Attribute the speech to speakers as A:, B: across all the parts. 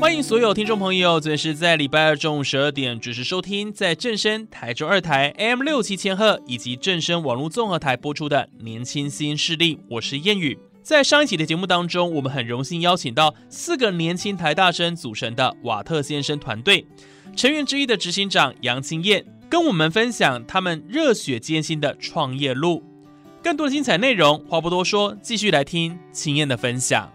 A: 欢迎所有听众朋友，准时在礼拜二中午十二点准时收听，在正声台中二台 M 六七千赫以及正声网络综合台播出的《年轻新势力》，我是谚语。在上一期的节目当中，我们很荣幸邀请到四个年轻台大生组成的瓦特先生团队，成员之一的执行长杨清燕跟我们分享他们热血艰辛的创业路。更多的精彩内容，话不多说，继续来听清燕的分享。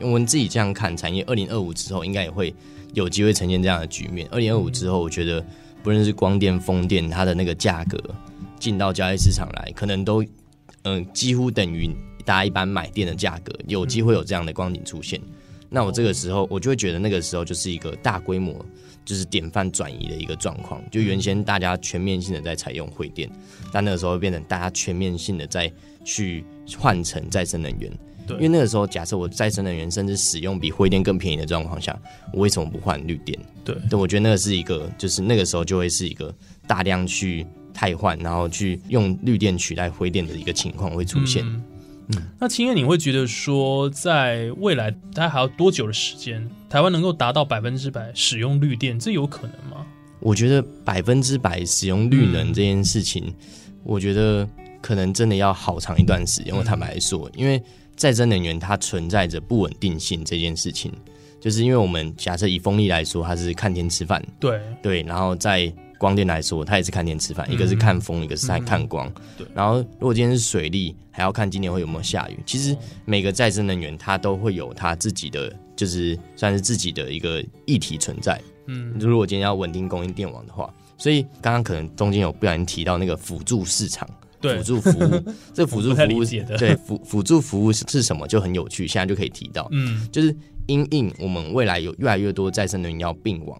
B: 我们自己这样看，产业二零二五之后应该也会有机会呈现这样的局面。二零二五之后，我觉得不论是光电、风电，它的那个价格进到交易市场来，可能都嗯、几乎等于大家一般买电的价格，有机会有这样的光景出现。那我这个时候，我就会觉得那个时候就是一个大规模，就是典范转移的一个状况。就
A: 嗯
B: 原先大家全面性的在采用汇电，但那个时候会变成大家全面性的在去换成再生能源。
A: 对
B: 因为那个时候，假设我再生能源甚至使用比灰电更便宜的状况下，我为什么不换绿电？
A: 对
B: 对，我觉得那个是一个，就是那个时候就会是一个大量去汰换，然后去用绿电取代灰电的一个情况会出
A: 嗯
B: 现。
C: 嗯
B: 嗯
C: 那青燕，你会觉得说，在未来大概还要多久的时间，台湾能够达到百分之百使用绿电，这有可能吗？
B: 我觉得百分之百使用绿能这件事情，我觉得可能真的要好长一段时间。我坦白说，因为再生能源它存在着不稳定性这件事情，就是因为我们假设以风力来说，它是看天吃饭，
C: 对，
B: 对，然后在光电来说，它也是看天吃饭，一个是看风，一个是看看光。
C: 嗯对
B: 然后如果今天是水利，还要看今年会有没有下雨。其实每个再生能源它都会有它自己的，就是算是自己的一个议题存在。
C: 嗯，
B: 如果今天要稳定供应电网的话，所以刚刚可能中间有不小心提到那个辅助市场。
C: 对
B: 辅助服务，这辅助
C: 我不太
B: 服务
C: 理解的
B: 对辅辅助服务是是什么就很有趣，现在就可以提到。
C: 嗯，
B: 就是因应我们未来有越来越多再生能源要并网，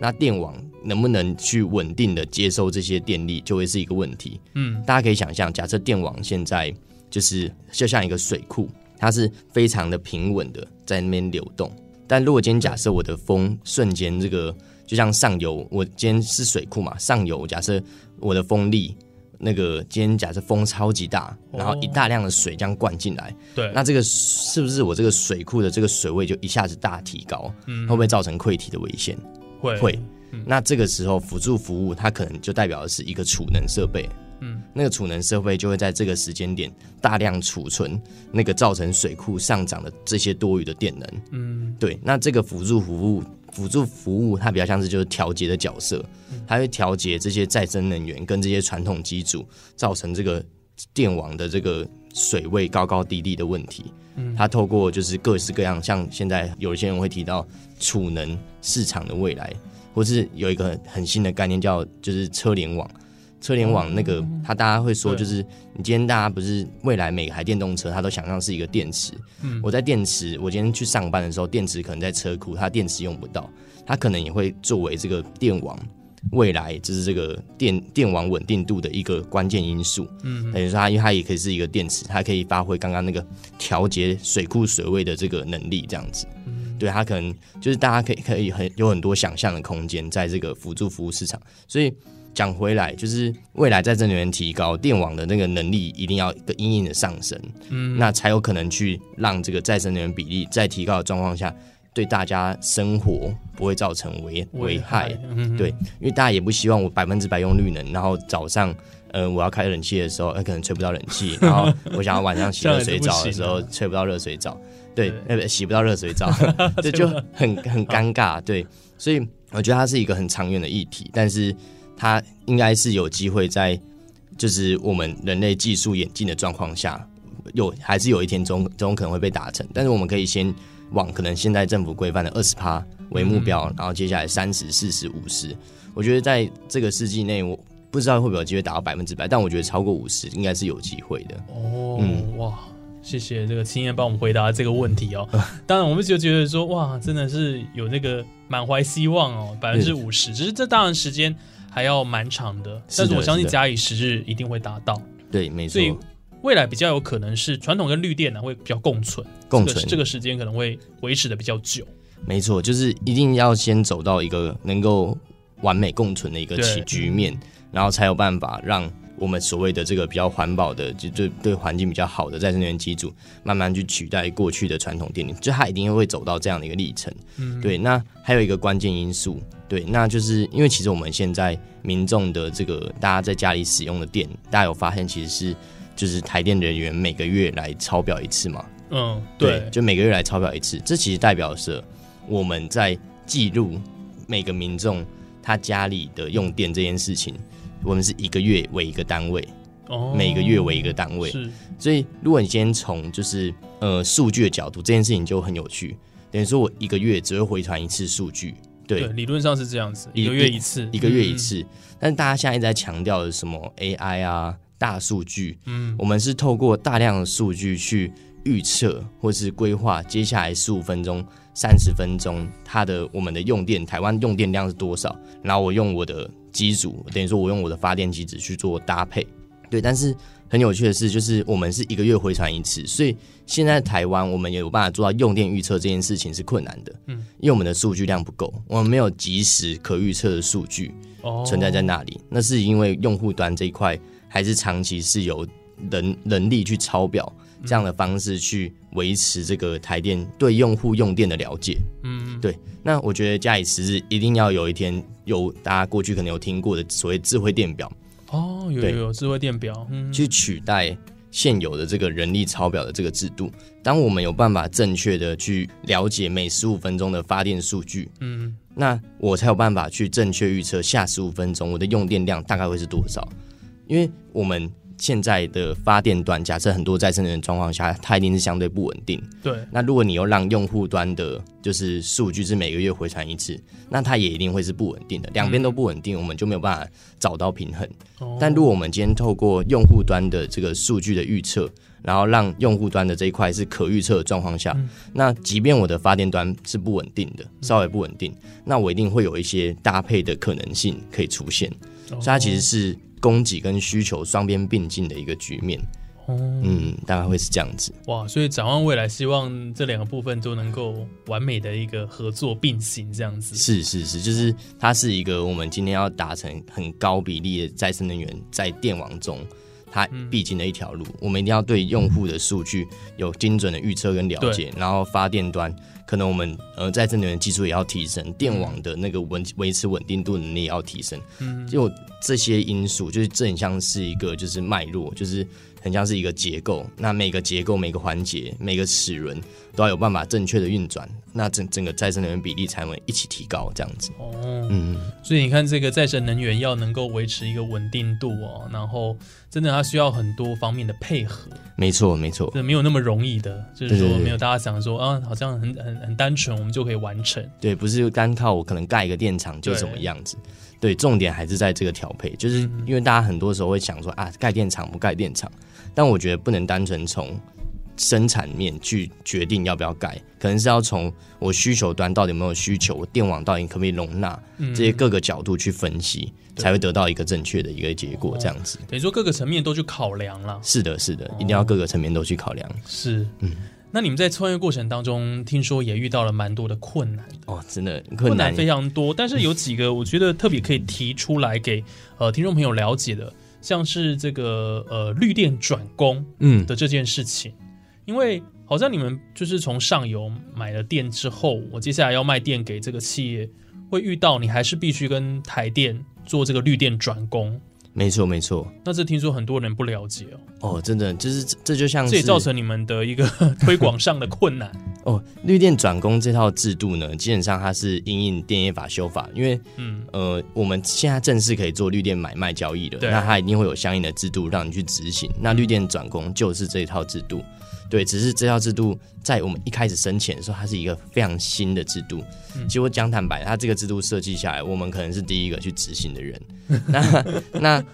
B: 那电网能不能去稳定的接收这些电力，就会是一个问题。
C: 嗯，
B: 大家可以想象，假设电网现在就是就像一个水库，它是非常的平稳的在那边流动。但如果今天假设我的风瞬间这个，就像上游，我今天是水库嘛，上游假设我的风力，那个今天假设风超级大，然后一大量的水这样灌进来，
C: 对，
B: 那这个是不是我这个水库的这个水位就一下子大提高？会不会造成溃体的危险？
C: 会
B: 会。那这个时候辅助服务它可能就代表的是一个储能设备，嗯，那个储能设备就会在这个时间点大量储存那个造成水库上涨的这些多余的电能，嗯，对。那这个辅助服务，辅助服务它比较像是就是调节的角色，它会调节这些再生能源跟这些传统机组造成这个电网的这个水位高高低低的问题。它透过就是各式各样，像现在有些人会提到储能市场的未来，或是有一个很新的概念叫就是车联网。车联网那个，它大家会说，
C: 对
B: 就是你今天大家不是未来每台电动车，它都想象是一个电池。我在电池，我今天去上班的时候，电池可能在车库，它电池用不到，它可能也会作为这个电网未来就是这个电电网稳定度的一个关键因素。嗯，等于说它，因为它也可以是一个电池，它可以发挥刚刚那个调节水库水位的这个能力，这样子。对它可能就是大家可以可以很有很多想象的空间在这个辅助服务市场，所以讲回来，就是未来再生能源提高，电网的那个能力一定要一个隐隐的上升，嗯，那才有可能去让这个再生能源比例在提高的状况下，对大家生活不会造成危危害，
C: 嗯，
B: 对，因为大家也不希望我百分之百用绿能，然后早上，呃，我要开冷气的时候，呃，可能吹不到冷气， 然后我想要晚上洗热水澡的 时
C: 这样
B: 候
C: 也不啊
B: 吹不到热水澡，对
C: 对，
B: 呃，不洗不到热 水澡，这就很很尴尬，对，所以我觉得它是一个很长远的议题，但是它应该是有机会在就是我们人类技术演进的状况下，有还是有一天总总可能会被达成，但是我们可以先往可能现在政府规范的二十趴为目标，
C: 嗯
B: 然后接下来三十、四十、五十，我觉得在这个世纪内，我不知道会不会有机会达到百分之百，但我觉得超过五十应该是有机会的。
C: 哦，
B: 嗯
C: 哇，谢谢这个青燕帮我们回答这个问题 哦。当然，我们就觉得说，哇，真的是有那个满怀希望哦，百分之五十，只是这当然时间还要蛮长的，
B: 是
C: 但
B: 的
C: 是我相信
B: 是的
C: 假以时日一定会达到，
B: 对，没错
C: 所，以未来比较有可能是传统跟绿电呢会比较共存，
B: 共存
C: 这个这个时间可能会维持的比较久。
B: 没错，就是一定要先走到一个能够完美共存的一个
C: 对
B: 起局面，然后才有办法让我们所谓的这个比较环保的，就就对环境比较好的再生能源基础，慢慢去取代过去的传统电力，就它一定会走到这样的一个历程。
C: 嗯，
B: 对，那还有一个关键因素，对，那就是因为其实我们现在民众的这个大家在家里使用的电，大家有发现其实是就是台电人员每个月来抄表一次嘛，
C: 嗯，
B: 对
C: 对，，
B: 就每个月来钞票一次，这其实代表着我们在记录每个民众他家里的用电这件事情，我们是一个月为一个单位，
C: 哦
B: 每个月为一个单位。
C: 是
B: 所以，如果你先从就是呃数据的角度，这件事情就很有趣。等于说我一个月只会回传一次数据，对，
C: 对，理论上是这样子，
B: 一
C: 一个月一次，
B: 一个月一次。但是大家现在一直在强调的什么 AI 啊、大数据，
C: 嗯，
B: 我们是透过大量的数据去预测或是规划接下来十五分钟、三十分钟它的我们的用电，台湾用电量是多少，然后我用我的机组，等于说我用我的发电机子去做搭配。对，但是很有趣的是，就是我们是一个月回传一次，所以现在台湾我们也有办法做到用电预测这件事情是困难的，嗯，因为我们的数据量不够，我们没有及时可预测的数据，
C: 哦
B: 存在在那里。那是因为用户端这一块还是长期是由人人力去抄表
C: 嗯
B: 这样的方式去维持这个台电对用户用电的了解。
C: 嗯，
B: 对，那我觉得假以时日，一定要有一天有大家过去可能有听过的所谓智慧电表，
C: 哦，有
B: 对
C: 有有智慧电表，嗯，
B: 去取代。现有的这个人力抄表的这个制度，当我们有办法正确的去了解每十五分钟的发电数据，
C: 嗯，
B: 那我才有办法去正确预测下十五分钟我的用电量大概会是多少。因为我们现在的发电端，假设很多再生能源状况下，它一定是相对不稳定。
C: 对，
B: 那如果你又让用户端的，就是数据是每个月回传一次，那它也一定会是不稳定的，两边都不稳定，我们就没有办法找到平衡。
C: 哦
B: 但如果我们今天透过用户端的这个数据的预测，然后让用户端的这一块是可预测的状况下，那即便我的发电端是不稳定的，稍微不稳定，那我一定会有一些搭配的可能性可以出现。
C: 哦
B: 所以它其实是供给跟需求双边并进的一个局面。嗯，大概会是这样子。
C: 哦哇，所以展望未来，希望这两个部分都能够完美的一个合作并行，这样子。
B: 是是是，就是它是一个我们今天要达成很高比例的再生能源在电网中它必经的一条路。我们一定要对用户的数据有精准的预测跟了解，然后发电端可能我们呃再生能源技术也要提升，电网的那个稳维持稳定度能力也要提升。嗯，就这些因素，就是这很像是一个就是脉络，就是。很像是一个结构，那每个结构、每个环节、每个齿轮都要有办法正确的运转，那整整个再生能源比例才能一起提高，这样子。
C: 哦，
B: 嗯，
C: 所以你看，这个再生能源要能够维持一个稳定度哦，然后真的它需要很多方面的配合，
B: 没错，没错，
C: 这没有那么容易的，就是
B: 对对
C: 说
B: 对
C: 没有大家想说啊，好像很很很单纯，我们就可以完成。
B: 对，不是单靠我可能盖一个电厂就是什么样子，对，重点还是在这个调配，就是因为大家很多时候会想说啊，盖电厂不盖电厂，但我觉得不能单纯从生产面去决定要不要盖，可能是要从我需求端到底有没有需求，我电网到底可不可以容纳这些各个角度去分析，才会得到一个正确的一个结果，这样子。
C: 等于说各个层面都去考量了。
B: 是的，是的，一定要各个层面都去考量。
C: 是，
B: 嗯
C: 那你们在创业过程当中，听说也遇到了蛮多的困难。
B: 哦，真的
C: 困
B: 困
C: 难
B: 难
C: 非常多，但是有几个我觉得特别可以提出来给呃听众朋友了解的，像是这个呃绿电转工
B: 嗯，
C: 的这件事情，因为好像你们就是从上游买了电之后，我接下来要卖电给这个企业，会遇到你还是必须跟台电做这个绿电转工，
B: 没错没错。
C: 那这听说很多人不了解哦，
B: 嗯哦，真的就是这这就像是
C: 这也造成你们的一个推广上的困难
B: 哦，绿电转工这套制度呢，基本上它是因应电业法修法，因为
C: 嗯，
B: 呃，我们现在正式可以做绿电买卖交易了，
C: 对嗯
B: 那它一定会有相应的制度让你去执行。那绿电转工就是这一套制度，对，只是这套制度在我们一开始申请的时候，它是一个非常新的制度。
C: 嗯
B: 其实我讲坦白，它这个制度设计下来，我们可能是第一个去执行的 人。那那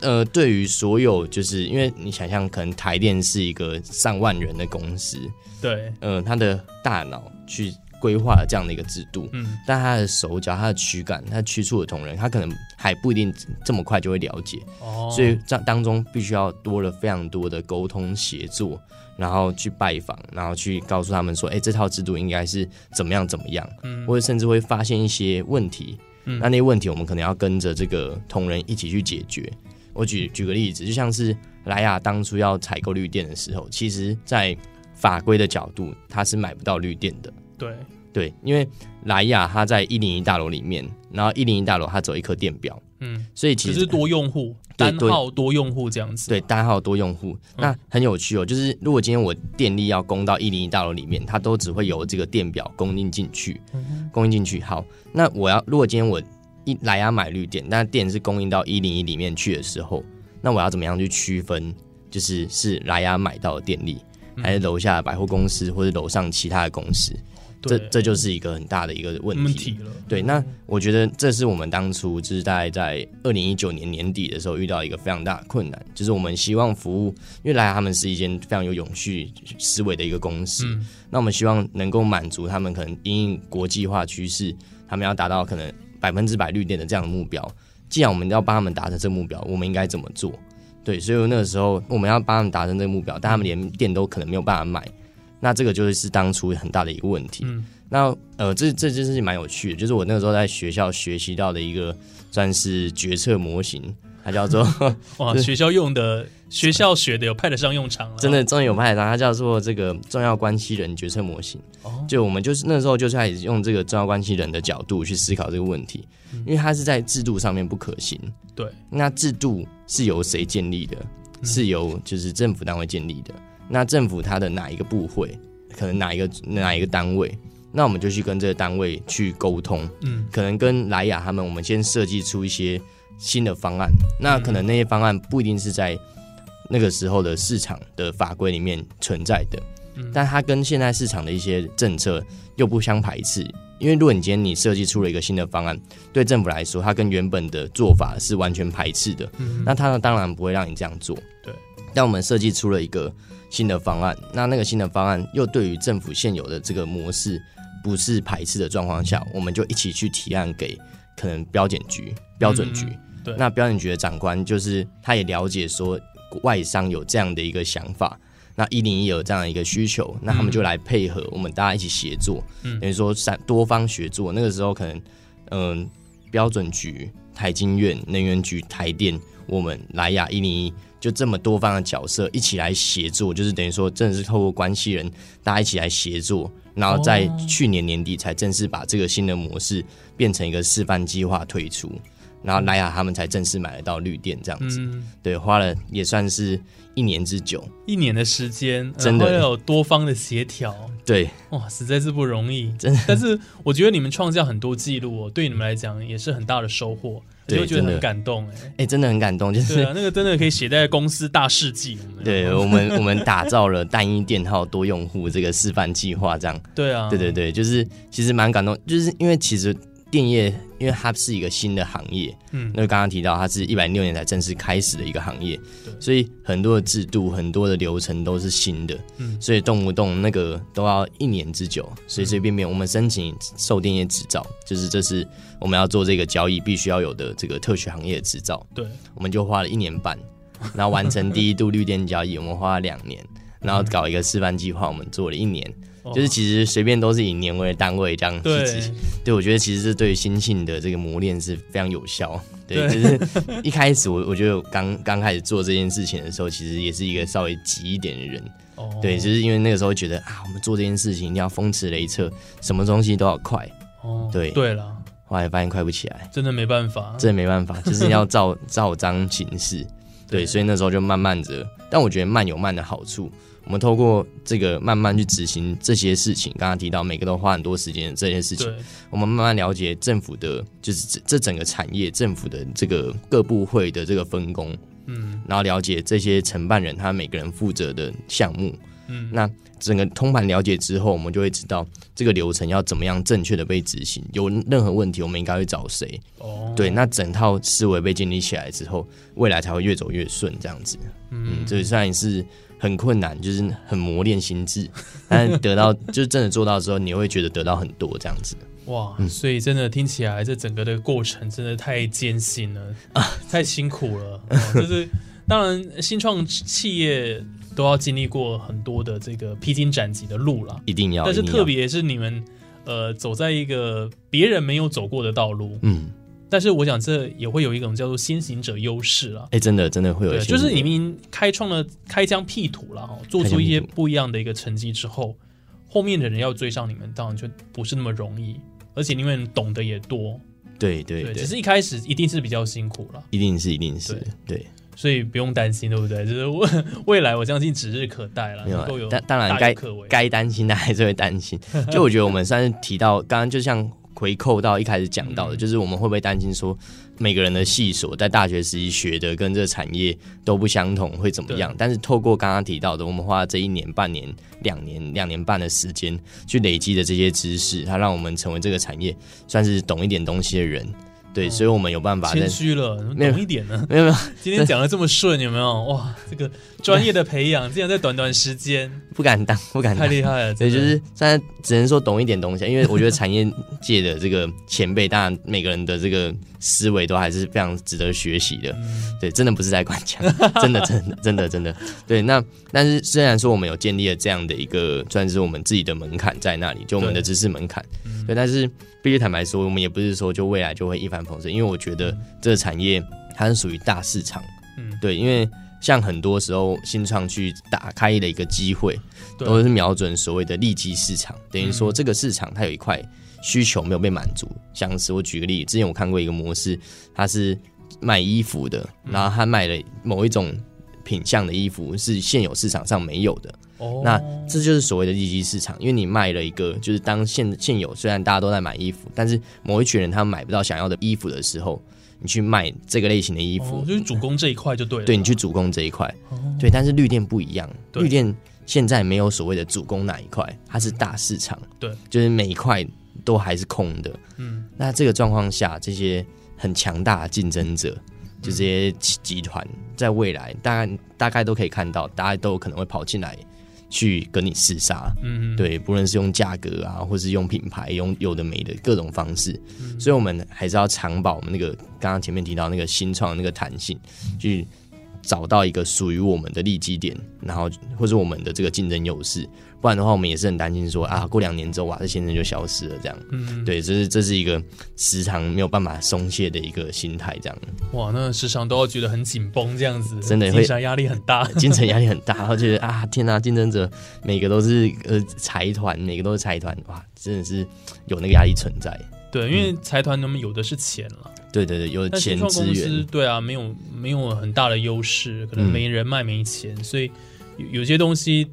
B: 呃，对于所有就是因为你想象，可能台电是一个上万人的公司，
C: 对，
B: 呃，他的大脑去规划了这样的一个制度，
C: 嗯
B: 嗯，但他的手脚、他的躯干、他屈处的同仁，他可能还不一定这么快就会了解，
C: 哦，
B: 所以这样当中必须要多了非常多的沟通协作，然后去拜访，然后去告诉他们说，哎、这套制度应该是怎么样怎么样，
C: 嗯
B: 或者甚至会发现一些问题，
C: 嗯
B: 那那些问题我们可能要跟着这个同仁一起去解决。我举举个例子，就像是莱雅当初要采购绿电的时候，其实在法规的角度，它是买不到绿电的。
C: 对，
B: 对，因为莱雅它在一零一大楼里面，然后一零一大楼它只有一颗电表，
C: 嗯，
B: 所以其
C: 只
B: 实
C: 是多用户
B: 对
C: 单
B: 对
C: 号多用户这样子，嗯
B: 对，单号多用户，那很有趣哦。就是如果今天我电力要供到一零一大楼里面，它都只会由这个电表供应进去，
C: 嗯
B: 供应进去。好，那我要如果今天我一莱雅买绿电，那电是供应到一零一里面去的时候，那我要怎么样去区分，就是是莱雅买到的电力，
C: 嗯
B: 还是楼下的百货公司，或是楼上其他的公司？这
C: 对，
B: 这就是一个很大的一个问
C: 问题。
B: 题
C: 了，
B: 对，那我觉得这是我们当初就是大概在二零一九年年底的时候遇到一个非常大的困难，就是我们希望服务，因为莱雅他们是一间非常有永续思维的一个公司，
C: 嗯
B: 那我们希望能够满足他们可能因应国际化趋势，他们要达到可能百分之百绿电的这样的目标。既然我们要帮他们达成这个目标，我们应该怎么做？对，所以那个时候我们要帮他们达成这个目标，但他们连电都可能没有办法买，那这个就是当初很大的一个问题。
C: 嗯
B: 那呃，这这件事情蛮有趣的，就是我那个时候在学校学习到的一个算是决策模型，它 叫做
C: 哇，
B: 对
C: 学校用的学校学的有派得上用场了，啊
B: 真的终于有派上，它叫做这个重要关系人决策模型。
C: 哦
B: 就我们就是那时候就是开始用这个重要关系人的角度去思考这个问题，因为它是在制度上面不可行。
C: 嗯对，嗯
B: 那制度是由谁建立的？是由就是政府单位建立的。那政府它的哪一个部会，可能哪一个哪一个单位，那我们就去跟这个单位去沟通。
C: 嗯，
B: 可能跟莱雅他们，我们先设计出一些新的方案。那可能那些方案不一定是在那个时候的市场的法规里面存在的，但它跟现在市场的一些政策又不相排斥。因为如果你今天你设计出了一个新的方案，对政府来说，它跟原本的做法是完全排斥的，
C: 嗯
B: 那它当然不会让你这样做。
C: 对，
B: 但我们设计出了一个新的方案，那那个新的方案又对于政府现有的这个模式不是排斥的状况下，我们就一起去提案给可能标检局、标准局。
C: 嗯对
B: 那标检局的长官就是他也了解说外商有这样的一个想法，那一零一有这样的一个需求，那他们就来配合我们大家一起协作，
C: 嗯
B: 等于说三多方协作。那个时候可能嗯、标准局、台经院、能源局、台电，我们莱雅一零一。就这么多方的角色一起来协作，就是等于说，真的是透过关系人，大家一起来协作，然后
C: 哦
B: 在去年年底才正式把这个新的模式变成一个示范计划推出，然后莱雅他们才正式买得到绿电这样子。
C: 嗯，
B: 对，花了也算是一年之久。
C: 一年的时间，
B: 真的
C: 然后要有多方的协调，
B: 对，
C: 哇，实在是不容易，
B: 真的
C: 但是我觉得你们创下很多记录哦，对你们来讲也是很大的收获，我
B: 对
C: 就会觉得
B: 真的
C: 很感动哎。
B: 哎，真的很感动，就
C: 对
B: 是
C: 啊，那个真的可以写在公司大事记。有没有
B: 对我们 我们打造了单一电号多用户这个示范计划这样。
C: 对啊，
B: 对对对，就是其实蛮感动，就是因为其实电业，因为它是一个新的行业，
C: 嗯
B: 那刚刚提到它是一百零六年才正式开始的一个行业，所以很多的制度、很多的流程都是新的，
C: 嗯
B: 所以动不动那个都要一年之久，随随便便我们申请受电业执照，就是这是我们要做这个交易必须要有的这个特许行业执照，
C: 对，
B: 我们就花了一年半，然后完成第一度绿电交易，我们花了两年，然后搞一个示范计划，我们做了一年。
C: 哦
B: 就是其实随便都是以年为单位这样去执
C: 对
B: 行。对，我觉得其实这对于心性的这个磨练是非常有效。
C: 对
B: 对，就是一开始我我觉得我刚刚开始做这件事情的时候，其实也是一个稍微急一点的人。
C: 哦
B: 对，就是因为那个时候觉得啊，我们做这件事情一定要风驰雷掣，什么东西都要快。
C: 哦
B: 对
C: 对了，
B: 后来发现快不起来，
C: 真的没办法，
B: 这没办法，就是要照照章行事。对，所以那时候就慢慢着，但我觉得慢有慢的好处。我们透过这个慢慢去执行这些事情，刚刚提到每个都花很多时间的这件事情，
C: 对，
B: 我们慢慢了解政府的，就是这这整个产业政府的这个各部会的这个分工，
C: 嗯
B: 然后了解这些承办人他每个人负责的项目，
C: 嗯，
B: 那整个通盘了解之后，我们就会知道这个流程要怎么样正确的被执行，有任何问题我们应该会找谁。
C: 哦，
B: 对，那整套思维被建立起来之后，未来才会越走越顺这样子。嗯，这虽然是很困难，就是很磨练心智，但得到 就是真的做到之后，你会觉得得到很多这样子。
C: 哇，
B: 嗯
C: 所以真的听起来这整个的过程真的太艰辛了，
B: 啊
C: 太辛苦了。哦、就是当然，新创企业都要经历过很多的这个披荆斩棘的路啦，
B: 一定要，
C: 但是
B: 一定要
C: 特，别是你们呃走在一个别人没有走过的道路，
B: 嗯，
C: 但是我想这也会有一种叫做先行者优势啦。
B: 哎、真的真的会有
C: 对，
B: 心
C: 就是
B: 理
C: 你们开创了开疆辟土了哦，做出一些不一样的一个成绩之后，后面的人要追上你们，当然就不是那么容易，而且你们懂得也多，
B: 对对对，
C: 只是一开始一定是比较辛苦了，
B: 一定是一定是对，
C: 所以不用担心，对不对？就是未未来我相信指日可待了，
B: 没有
C: 能啊够有
B: 但当然
C: 大有
B: 该
C: 可为，
B: 该担心的还是会 担心。就我觉得我们算是提到，刚刚就像回扣到一开始讲到的，
C: 嗯
B: 就是我们会不会担心说每个人的系所在大学时期学的跟这个产业都不相同，会怎么样？但是透过刚刚提到的，我们花这一年、半年、两年、两年半的时间去累积的这些知识，它让我们成为这个产业算是懂一点东西的人。对，
C: 嗯
B: 所以我们有办法在
C: 谦虚了，
B: 没有
C: 懂一点呢。
B: 没有没有
C: 今天讲的这么顺，有没有？哇，这个专业的培养，竟然在短短时 间，
B: 不敢当，不敢
C: 太
B: 当。
C: 厉害了！
B: 所以
C: 真
B: 哎就
C: 的
B: 是现在只能说懂一点东西，因为我觉得产业界的这个前辈，当然每个人的这个思维都还是非常值得学习的。
C: 嗯
B: 对，真的不是在官腔， 真的真的真的真的。对，那但是虽然说我们有建立了这样的一个算是我们自己的门槛在那里，就我们的知识门槛。
C: 嗯
B: 对，但是必须坦白说，我们也不是说就未来就会一帆风顺，因为我觉得这个产业它是属于大市场。
C: 嗯
B: 对，因为像很多时候新创去打开了一个机会，
C: 对啊嗯
B: 都是瞄准所谓的利基市场，等于说这个市场它有一块需求没有被满足。像是我举个例，之前我看过一个模式，它是卖衣服的，
C: 嗯
B: 然后他卖了某一种品相的衣服是现有市场上没有的，
C: 哦，
B: 那这就是所谓的利基市场，因为你卖了一个，就是当现现有虽然大家都在买衣服，但是某一群人他买不到想要的衣服的时候，你去卖这个类型的衣服，
C: 哦就是主攻这一块就对了。哦
B: 对你去主攻这一块，对，但是绿电不一样，
C: 对
B: 绿电现在没有所谓的主攻哪一块，它是大市场，
C: 对，
B: 就是每一块都还是空的，嗯，那这个状况下，这些很强大的竞争者，
C: 嗯
B: 就这些集集团，在未来大概大概都可以看到，大家都有可能会跑进来去跟你厮杀，
C: 嗯，
B: 对，不论是用价格啊，或是用品牌，用有的没的各种方式，所以我们还是要长保我们那个刚刚前面提到那个新创的那个弹性，去找到一个属于我们的利基点，然后或者我们的这个竞争优势，不然的话，我们也是很担心说啊，过两年之后哇，这先生就消失了这样。
C: 嗯，
B: 对，这是这是一个时常没有办法松懈的一个心态，这样
C: 哇，那时常都要觉得很紧绷，这样子，
B: 真的
C: 精
B: 会
C: 神压力很大。
B: 精神压力很大， 然后觉得啊，天哪、竞争者每个都是呃财团，每个都是财团，哇，真的是有那个压力存在。
C: 对，因为
B: 嗯
C: 财团他们有的是钱了，
B: 对对对，有
C: 但新
B: 钱
C: 创
B: 资
C: 公司
B: 源，
C: 对啊，没有没有很大的优势，可能
B: 嗯
C: 没人脉没钱，所以有有些东西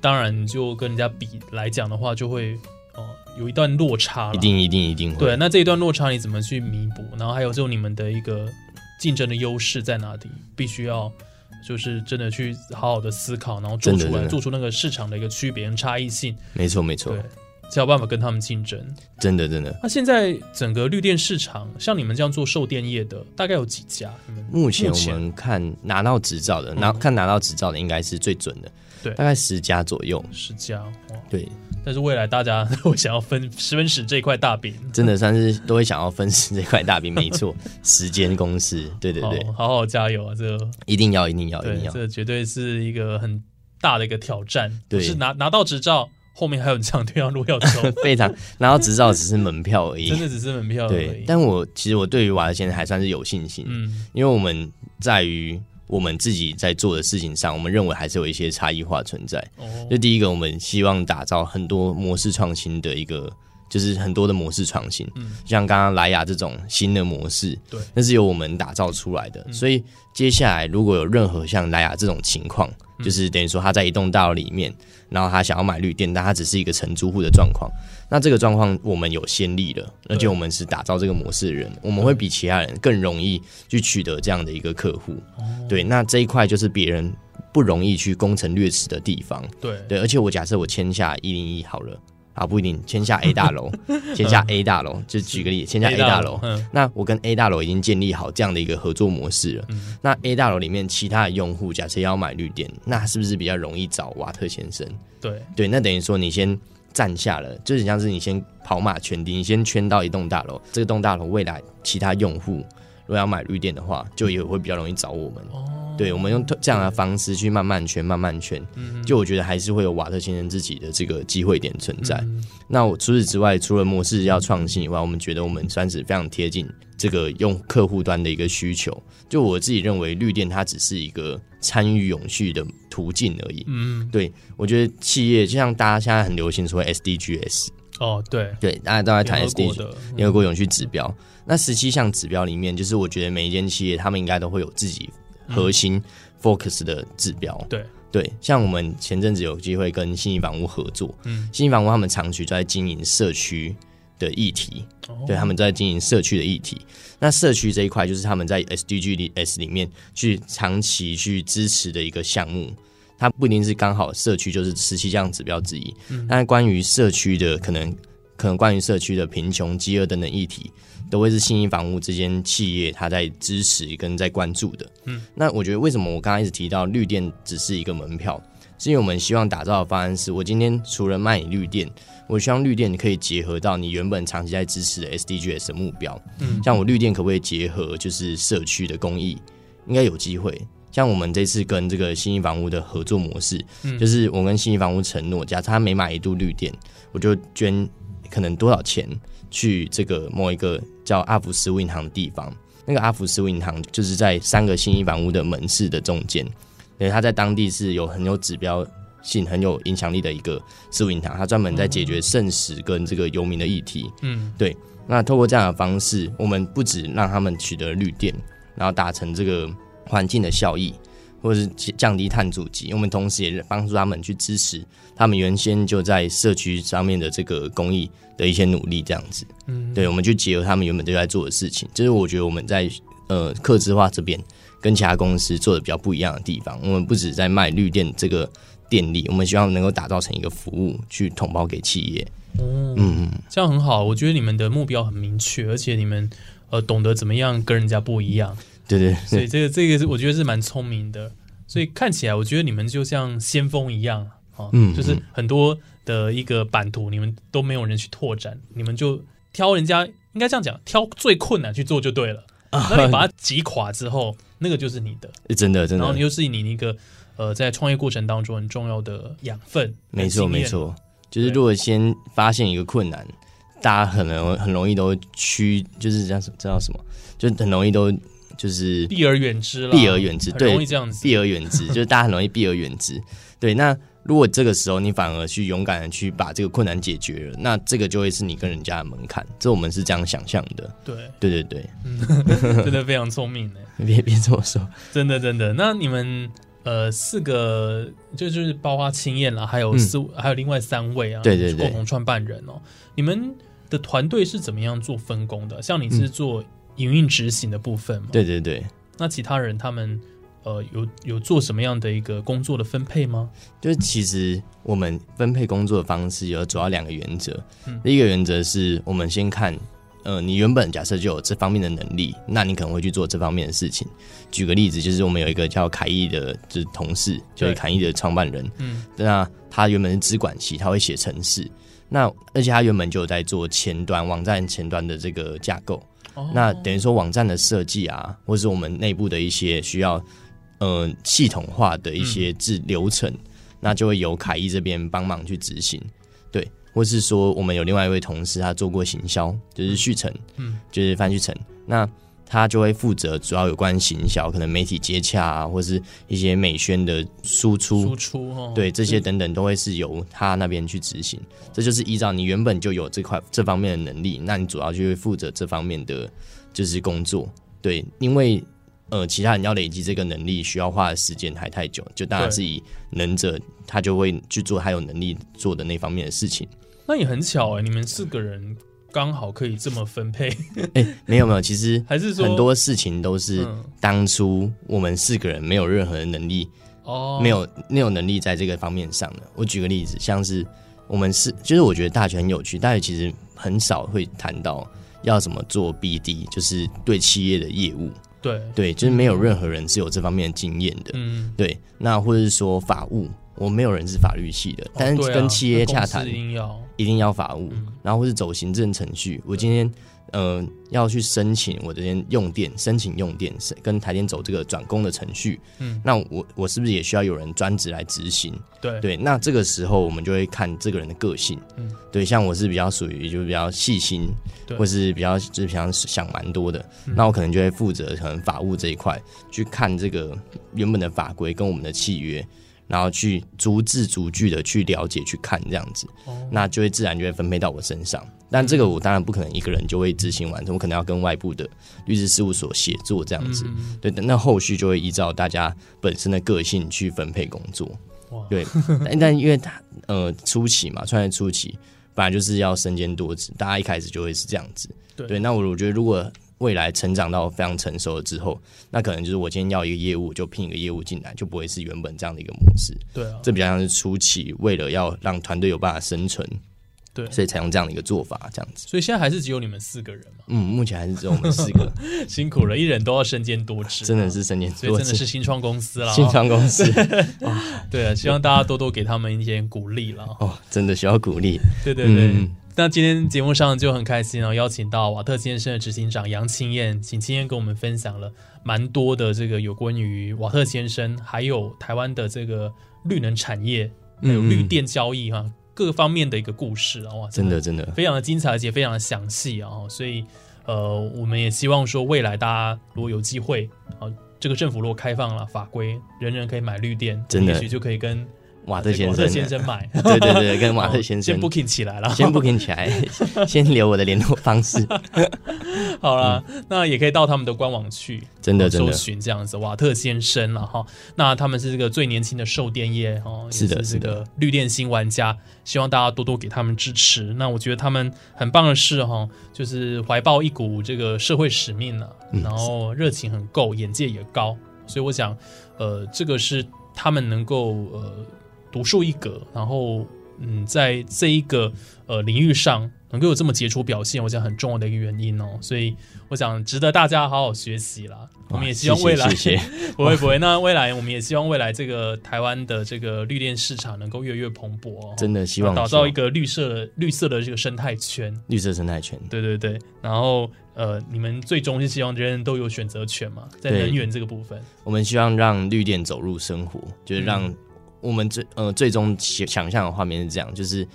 C: 当然就跟人家比来讲的话，就会哦、有一段落差了。
B: 一定一定一定会。
C: 对，那这一段落差你怎么去弥补？然后还有就你们的一个竞争的优势在哪里？必须要就是真的去好好的思考，然后做
B: 真的
C: 出
B: 真
C: 来，
B: 的
C: 做出那个市场的一个区别跟差异性，
B: 没错没错
C: 对，，才有办法跟他们竞争。
B: 真的真的。
C: 那现在整个绿电市场，像你们这样做售电业的，大概有几家？你们
B: 目前
C: 目
B: 我
C: 前嗯
B: 们看拿到执照的，拿看拿到执照的应该是最准的，
C: 对
B: 大概十家左右。
C: 十家哇！
B: 对，
C: 但是未来大家我想要分 十分十这块大饼，
B: 真的算是都会想要分食这块大饼，没错，时间公司，对对对
C: 好，哦好好加油啊！这个
B: 一定要一定要一
C: 对
B: 定，要，
C: 这绝对是一个很大的一个挑战。
B: 对
C: 不是拿拿到执照，后面还有这样对要路要 走，
B: 非常拿到执照只是门票而
C: 真
B: 已。
C: 的只是门票而
B: 对
C: 已，。
B: 但我其实我对于瓦勒先生还算是有信心，
C: 嗯，
B: 因为我们在于我们自己在做的事情上，我们认为还是有一些差异化存在。
C: 哦
B: 就，第一个，我们希望打造很多模式创新的一个就是很多的模式创新，
C: 嗯
B: 像刚刚莱雅这种新的模式，
C: 对嗯
B: 那是由我们打造出来的。所以接下来如果有任何像莱雅这种情况，
C: 嗯
B: 就是等于说他在一栋大楼里面，然后他想要买绿电，但他只是一个承租户的状况，那这个状况我们有先例了，而且我们是打造这个模式的人，我们会比其他人更容易去取得这样的一个客户。对，那这一块就是别人不容易去攻城略池的地方。
C: 对
B: 对，而且我假设我签下一零一好了啊，不一定签 下 A 大楼，签下 A 大楼，就举个例，签下 A 大楼。
C: 嗯
B: 那我跟 A 大楼已经建立好这样的一个合作模式了。那 A 大楼里面其他的用户，假设要买绿电，那是不是比较容易找瓦特先生？
C: 对
B: 对，那等于说你先站下了，就是像是你先跑马圈地，你先圈到一栋大楼，这栋大楼未来其他用户如果要买绿电的话，就也会比较容易找我们。对，我们用这样的方式去慢慢圈，慢慢圈，就我觉得还是会有瓦特先生自己的这个机会点存在。那我除此之外，除了模式要创新以外，我们觉得我们算是非常贴近这个用客户端的一个需求。就我自己认为，绿电它只是一个参与永续的途径而已。
C: 嗯
B: 对，我觉得企业就像大家现在很流行说 SDGs，
C: 哦对，
B: 对，大家都在谈
C: 联合国
B: SDG，
C: 的嗯
B: 联合国永续指标。那十七项指标里面，就是我觉得每一间企业他们应该都会有自己核
C: 嗯
B: 心 focus 的指标。
C: 对
B: 对，像我们前阵子有机会跟信义房屋合作，
C: 嗯
B: 信义房屋他们长期都在经营社区的议题，
C: 哦
B: 对，他们在经营社区的议题。那社区这一块就是他们在 SDG 里 S 里面去长期去支持的一个项目。它不一定是刚好社区就是十七项指标之一，但是关于社区的可能，可能关于社区的贫穷、饥饿等等议题，都会是信义房屋这间企业它在支持跟在关注的。嗯，那我觉得为什么我刚刚一直提到绿电只是一个门票，是因为我们希望打造的方案是我今天除了卖你绿电，我希望绿电可以结合到你原本长期在支持的 SDGs 的目标，
C: 嗯
B: 像我绿电可不可以结合就是社区的公益，应该有机会。像我们这次跟这个新义房屋的合作模式，就是我跟新义房屋承诺，假设他每买一度绿电，我就捐可能多少钱去这个某一个叫阿福斯银行的地方。那个阿福斯银行就是在三个新义房屋的门市的中间，对，它在当地是有很有指标性、很有影响力的一个食物银行，它专门在解决剩食跟这个游民的议题。
C: 嗯，
B: 对。那透过这样的方式，我们不止让他们取得绿电，然后达成这个环境的效益，或者是降低碳足迹，我们同时也帮助他们去支持他们原先就在社区上面的这个公益的一些努力，这样子。嗯，对，我们去结合他们原本就在做的事情，这是我觉得我们在呃客制化这边跟其他公司做的比较不一样的地方。我们不止在卖绿电这个电力，我们希望能够打造成一个服务去统包给企业。嗯，
C: 这样很好，我觉得你们的目标很明确，而且你们呃懂得怎么样跟人家不一样，
B: 对对
C: 所以
B: 对，
C: 这个这个是我觉得是蛮聪明的，所以看起来我觉得你们就像先锋一样啊，
B: 嗯
C: 就是很多的一个版图你们都没有人去拓展，你们就挑人家应该这样讲，挑最困难去做就对了，
B: 啊
C: 那你把它击垮之后，那个就是你 的，
B: 真的真
C: 然后
B: 的
C: 你，又是你一个呃在创业过程当中很重要的养分，
B: 没错
C: 经验
B: 没，错，就是如果先发现一个困难，大家很容很容易都趋，就是叫什么，知道什么，就很容易都就是
C: 避而远之了，
B: 避而远之
C: 很
B: 对
C: 容易这样子，
B: 避而远 之，就是大家很容易避而远之。对，那如果这个时候你反而去勇敢的去把这个困难解决了，那这个就会是你跟人家的门槛，这我们是这样想象的。
C: 对，
B: 对对对，
C: 真的非常聪明呢，
B: 别别这么说，
C: 真的真的。那你们呃四个就就是包括青燕啦，还有
B: 嗯
C: 四、还有另外三位啊，
B: 对对
C: 是
B: 对
C: 共同创办人哦。你们的团队是怎么样做分工的？像你是做营运执行的部分嘛？。
B: 嗯对对对。
C: 那其他人他们呃有有做什么样的一个工作的分配吗？
B: 就是其实我们分配工作的方式有主要两个原则，
C: 嗯
B: 第一个原则是我们先看，呃，你原本假设就有这方面的能力，那你可能会去做这方面的事情。举个例子，就是我们有一个叫凯毅的，就是同事，就是凯毅的创办人，
C: 嗯，
B: 那他原本是资管系，他会写程式。那而且他原本就有在做前端网站前端的这个架构，
C: 哦
B: 那等于说网站的设计啊，或是我们内部的一些需要，呃，系统化的一些制流程，那就会由凯伊这边帮忙去执行，对，或是说我们有另外一位同事，他做过行销，就是旭晨，
C: 嗯，
B: 就是范旭晨，那他就会负责主要有关行销，可能媒体接洽啊，或是一些美宣的输出，
C: 输出哦，
B: 对这些等等都会是由他那边去执行。这就是依照你原本就有这块这方面的能力，那你主要就会负责这方面的就是工作。对，因为呃，其他人要累积这个能力需要花的时间还太久，就当然
C: 对
B: 是以能者他就会去做他有能力做的那方面的事情。
C: 那也很巧哎、你们四个人刚好可以这么分配，
B: 哎、没有没有，其实
C: 还是说
B: 很多事情都是
C: 嗯
B: 当初我们四个人没有任何的能力，
C: 哦，
B: 没有没有能力在这个方面上的。我举个例子，像是我们是，就是我觉得大学很有趣，大学其实很少会谈到要怎么做 BD，就是对企业的业务，
C: 对，
B: 对，就是没有任何人是有这方面的经验的，
C: 嗯，
B: 对。那或者是说法务，我没有人是法律系的，但是
C: 对啊
B: 跟企业
C: 那公
B: 洽
C: 司
B: 谈
C: 一定要
B: 一定要法务，
C: 嗯
B: 然后或是走行政程序。我今天呃要去申请我这边用电，申请用电是跟台电走这个转工的程序，
C: 嗯
B: 那我我是不是也需要有人专职来执行？
C: 对
B: 对，那这个时候我们就会看这个人的个性，
C: 嗯
B: 对，像我是比较属于就是比较细心，
C: 对嗯
B: 或是比较就是想想蛮多的，那我可能就会负责可能法务这一块去看这个原本的法规跟我们的契约。然后去逐字逐句的去了解、去看这样子，
C: 哦嗯
B: 那就会自然就会分配到我身上。但这个我当然不可能一个人就会执行完成，我可能要跟外部的律师事务所协作这样子。
C: 嗯
B: 对，那后续就会依照大家本身的个性去分配工作
C: 哇。
B: 对，但但因为他呃初期嘛，创业初期本来就是要身兼多职，大家一开始就会是这样子。
C: 对
B: 那我我觉得如果未来成长到非常成熟了之后，那可能就是我今天要一个业务，就聘一个业务进来，就不会是原本这样的一个模式。
C: 对啊，
B: 这比较像是初期为了要让团队有办法生存，
C: 对啊
B: 所以采用这样的一个做法，这样子。
C: 所以现在还是只有你们四个人嘛，
B: 嗯，目前还是只有我们四 个，
C: 辛苦了，一人都要身兼多职，
B: 真的。是身兼
C: 所以
B: 多
C: 真的是
B: 职。
C: 新创公司啦，
B: 新创公 司
C: 对啊，希望大家多多给他们一点鼓励啦。
B: 哦，真的需要鼓励。
C: 对对对，
B: 嗯
C: 那今天节目上就很开心哦，邀请到瓦特先生的执行长杨青燕，请青燕跟我们分享了蛮多的这个有关于瓦特先生，还有台湾的这个绿能产业，还有
B: 嗯嗯
C: 绿电交易哈、各方面的一个故事啊，哇，
B: 真的真的，
C: 非常的精彩，而且非常的详细啊、哦，所以呃，我们也希望说未来大家如果有机会啊，这个政府如果开放了法规，人人可以买绿电，
B: 真的
C: 也许就可以跟
B: 瓦特先
C: 瓦
B: 生，
C: 特先生买。 哦
B: 对对对，跟瓦特先
C: 先
B: 生
C: booking 起来了，
B: 先不跟起 来，先留我的联络方式。
C: 好啦，那也可以到他们的官网去，
B: 嗯
C: 哦
B: 真的真
C: 搜
B: 的，
C: 寻这样子瓦特先生了哈。那他们是这个最年轻的售电业哦，
B: 是的
C: 也这
B: 是
C: 个
B: 的
C: 绿电新玩家，希望大家多多给他们支持。那我觉得他们很棒的是哈，就是怀抱一股这个社会使命呢、
B: 嗯
C: 然后热情很够，眼界也高，所以我想，呃，这个是他们能够呃独树一格，然后嗯，在这一个呃领域上能够有这么杰出表现，我想很重要的一个原因哦。所以我想值得大家好好学习啦。 我们也希望未来
B: 哦谢谢，谢
C: 不会不会，那未来我们也希望未来这个台湾的这个绿电市场能够越来越蓬勃、哦，
B: 真的希望
C: 打造一
B: 希望
C: 个绿色绿色的这个生态圈。
B: 绿色生态圈。
C: 对对对，然后呃，你们最终是希望人人都有选择权嘛，在
B: 对
C: 能源这个部分。
B: 我们希望让绿电走入生活，就是让
C: 嗯
B: 我们最呃最终想想象的画面是这样，就是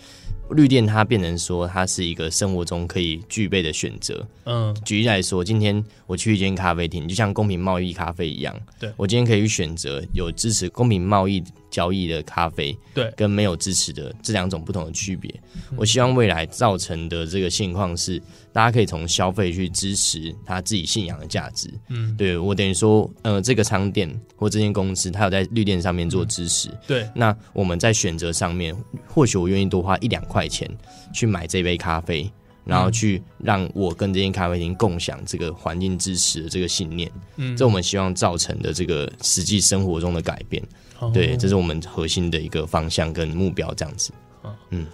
B: 绿电它变成说它是一个生活中可以具备的选择。
C: 嗯，
B: 举例来说，今天我去一间咖啡厅，就像公平贸易咖啡一样，
C: 对
B: 我今天可以去选择有支持公平贸易交易的咖啡，
C: 对
B: 跟没有支持的这两种不同的区别。我希望未来造成的这个现况是，大家可以从消费去支持他自己信仰的价值。
C: 嗯，
B: 对我等于说，呃，这个商店或这间公司，它有在绿电上面做支持。
C: 对，
B: 那我们在选择上面，或许我愿意多花一两块钱去买这杯咖啡，然后去让我跟这间咖啡厅共享这个环境支持的这个信念。
C: 嗯，
B: 这我们希望造成的这个实际生活中的改变。
C: 哦
B: 对，这是我们核心的一个方向跟目标，这样子。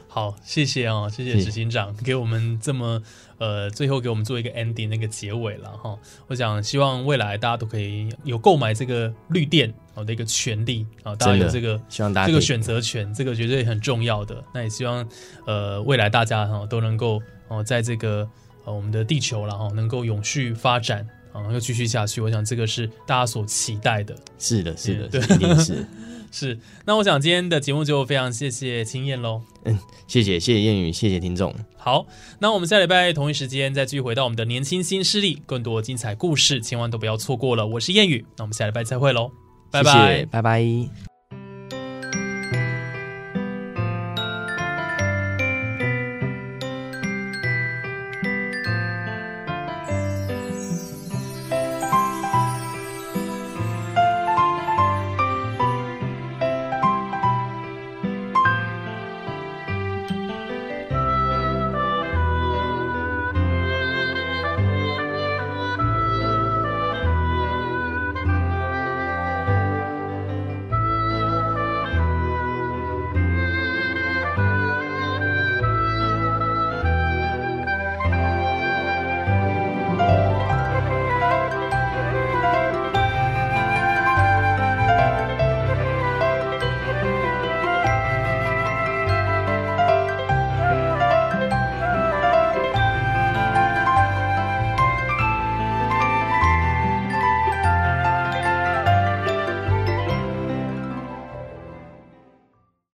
C: 好，谢谢哦，谢谢
B: 谢谢嗯
C: 执行长给我们这么呃，最后给我们做一个 ending 那个结尾了哈。我想希望未来大家都可以有购买这个绿电好的一个权利啊，大家
B: 真的
C: 有这个
B: 希望大家
C: 这
B: 可
C: 个
B: 以
C: 选择权，这个绝对很重要的。那也希望呃未来大哦家哈、都能够哦、在这个呃我们的地球然后、能够永续发展啊、然后又继续下去。我想这个是大家所期待的。
B: 是的，是
C: 嗯
B: 的，
C: 对
B: 是一定是。
C: 是，那我想今天的节目就非常谢谢青燕喽。
B: 谢谢，谢谢谚语，谢谢听众，
C: 好，那我们下礼拜同一时间再继续回到我们的年轻新势力，更多精彩故事千万都不要错过了。我是谚语，那我们下礼拜再会喽，拜拜。
B: 谢谢，拜拜。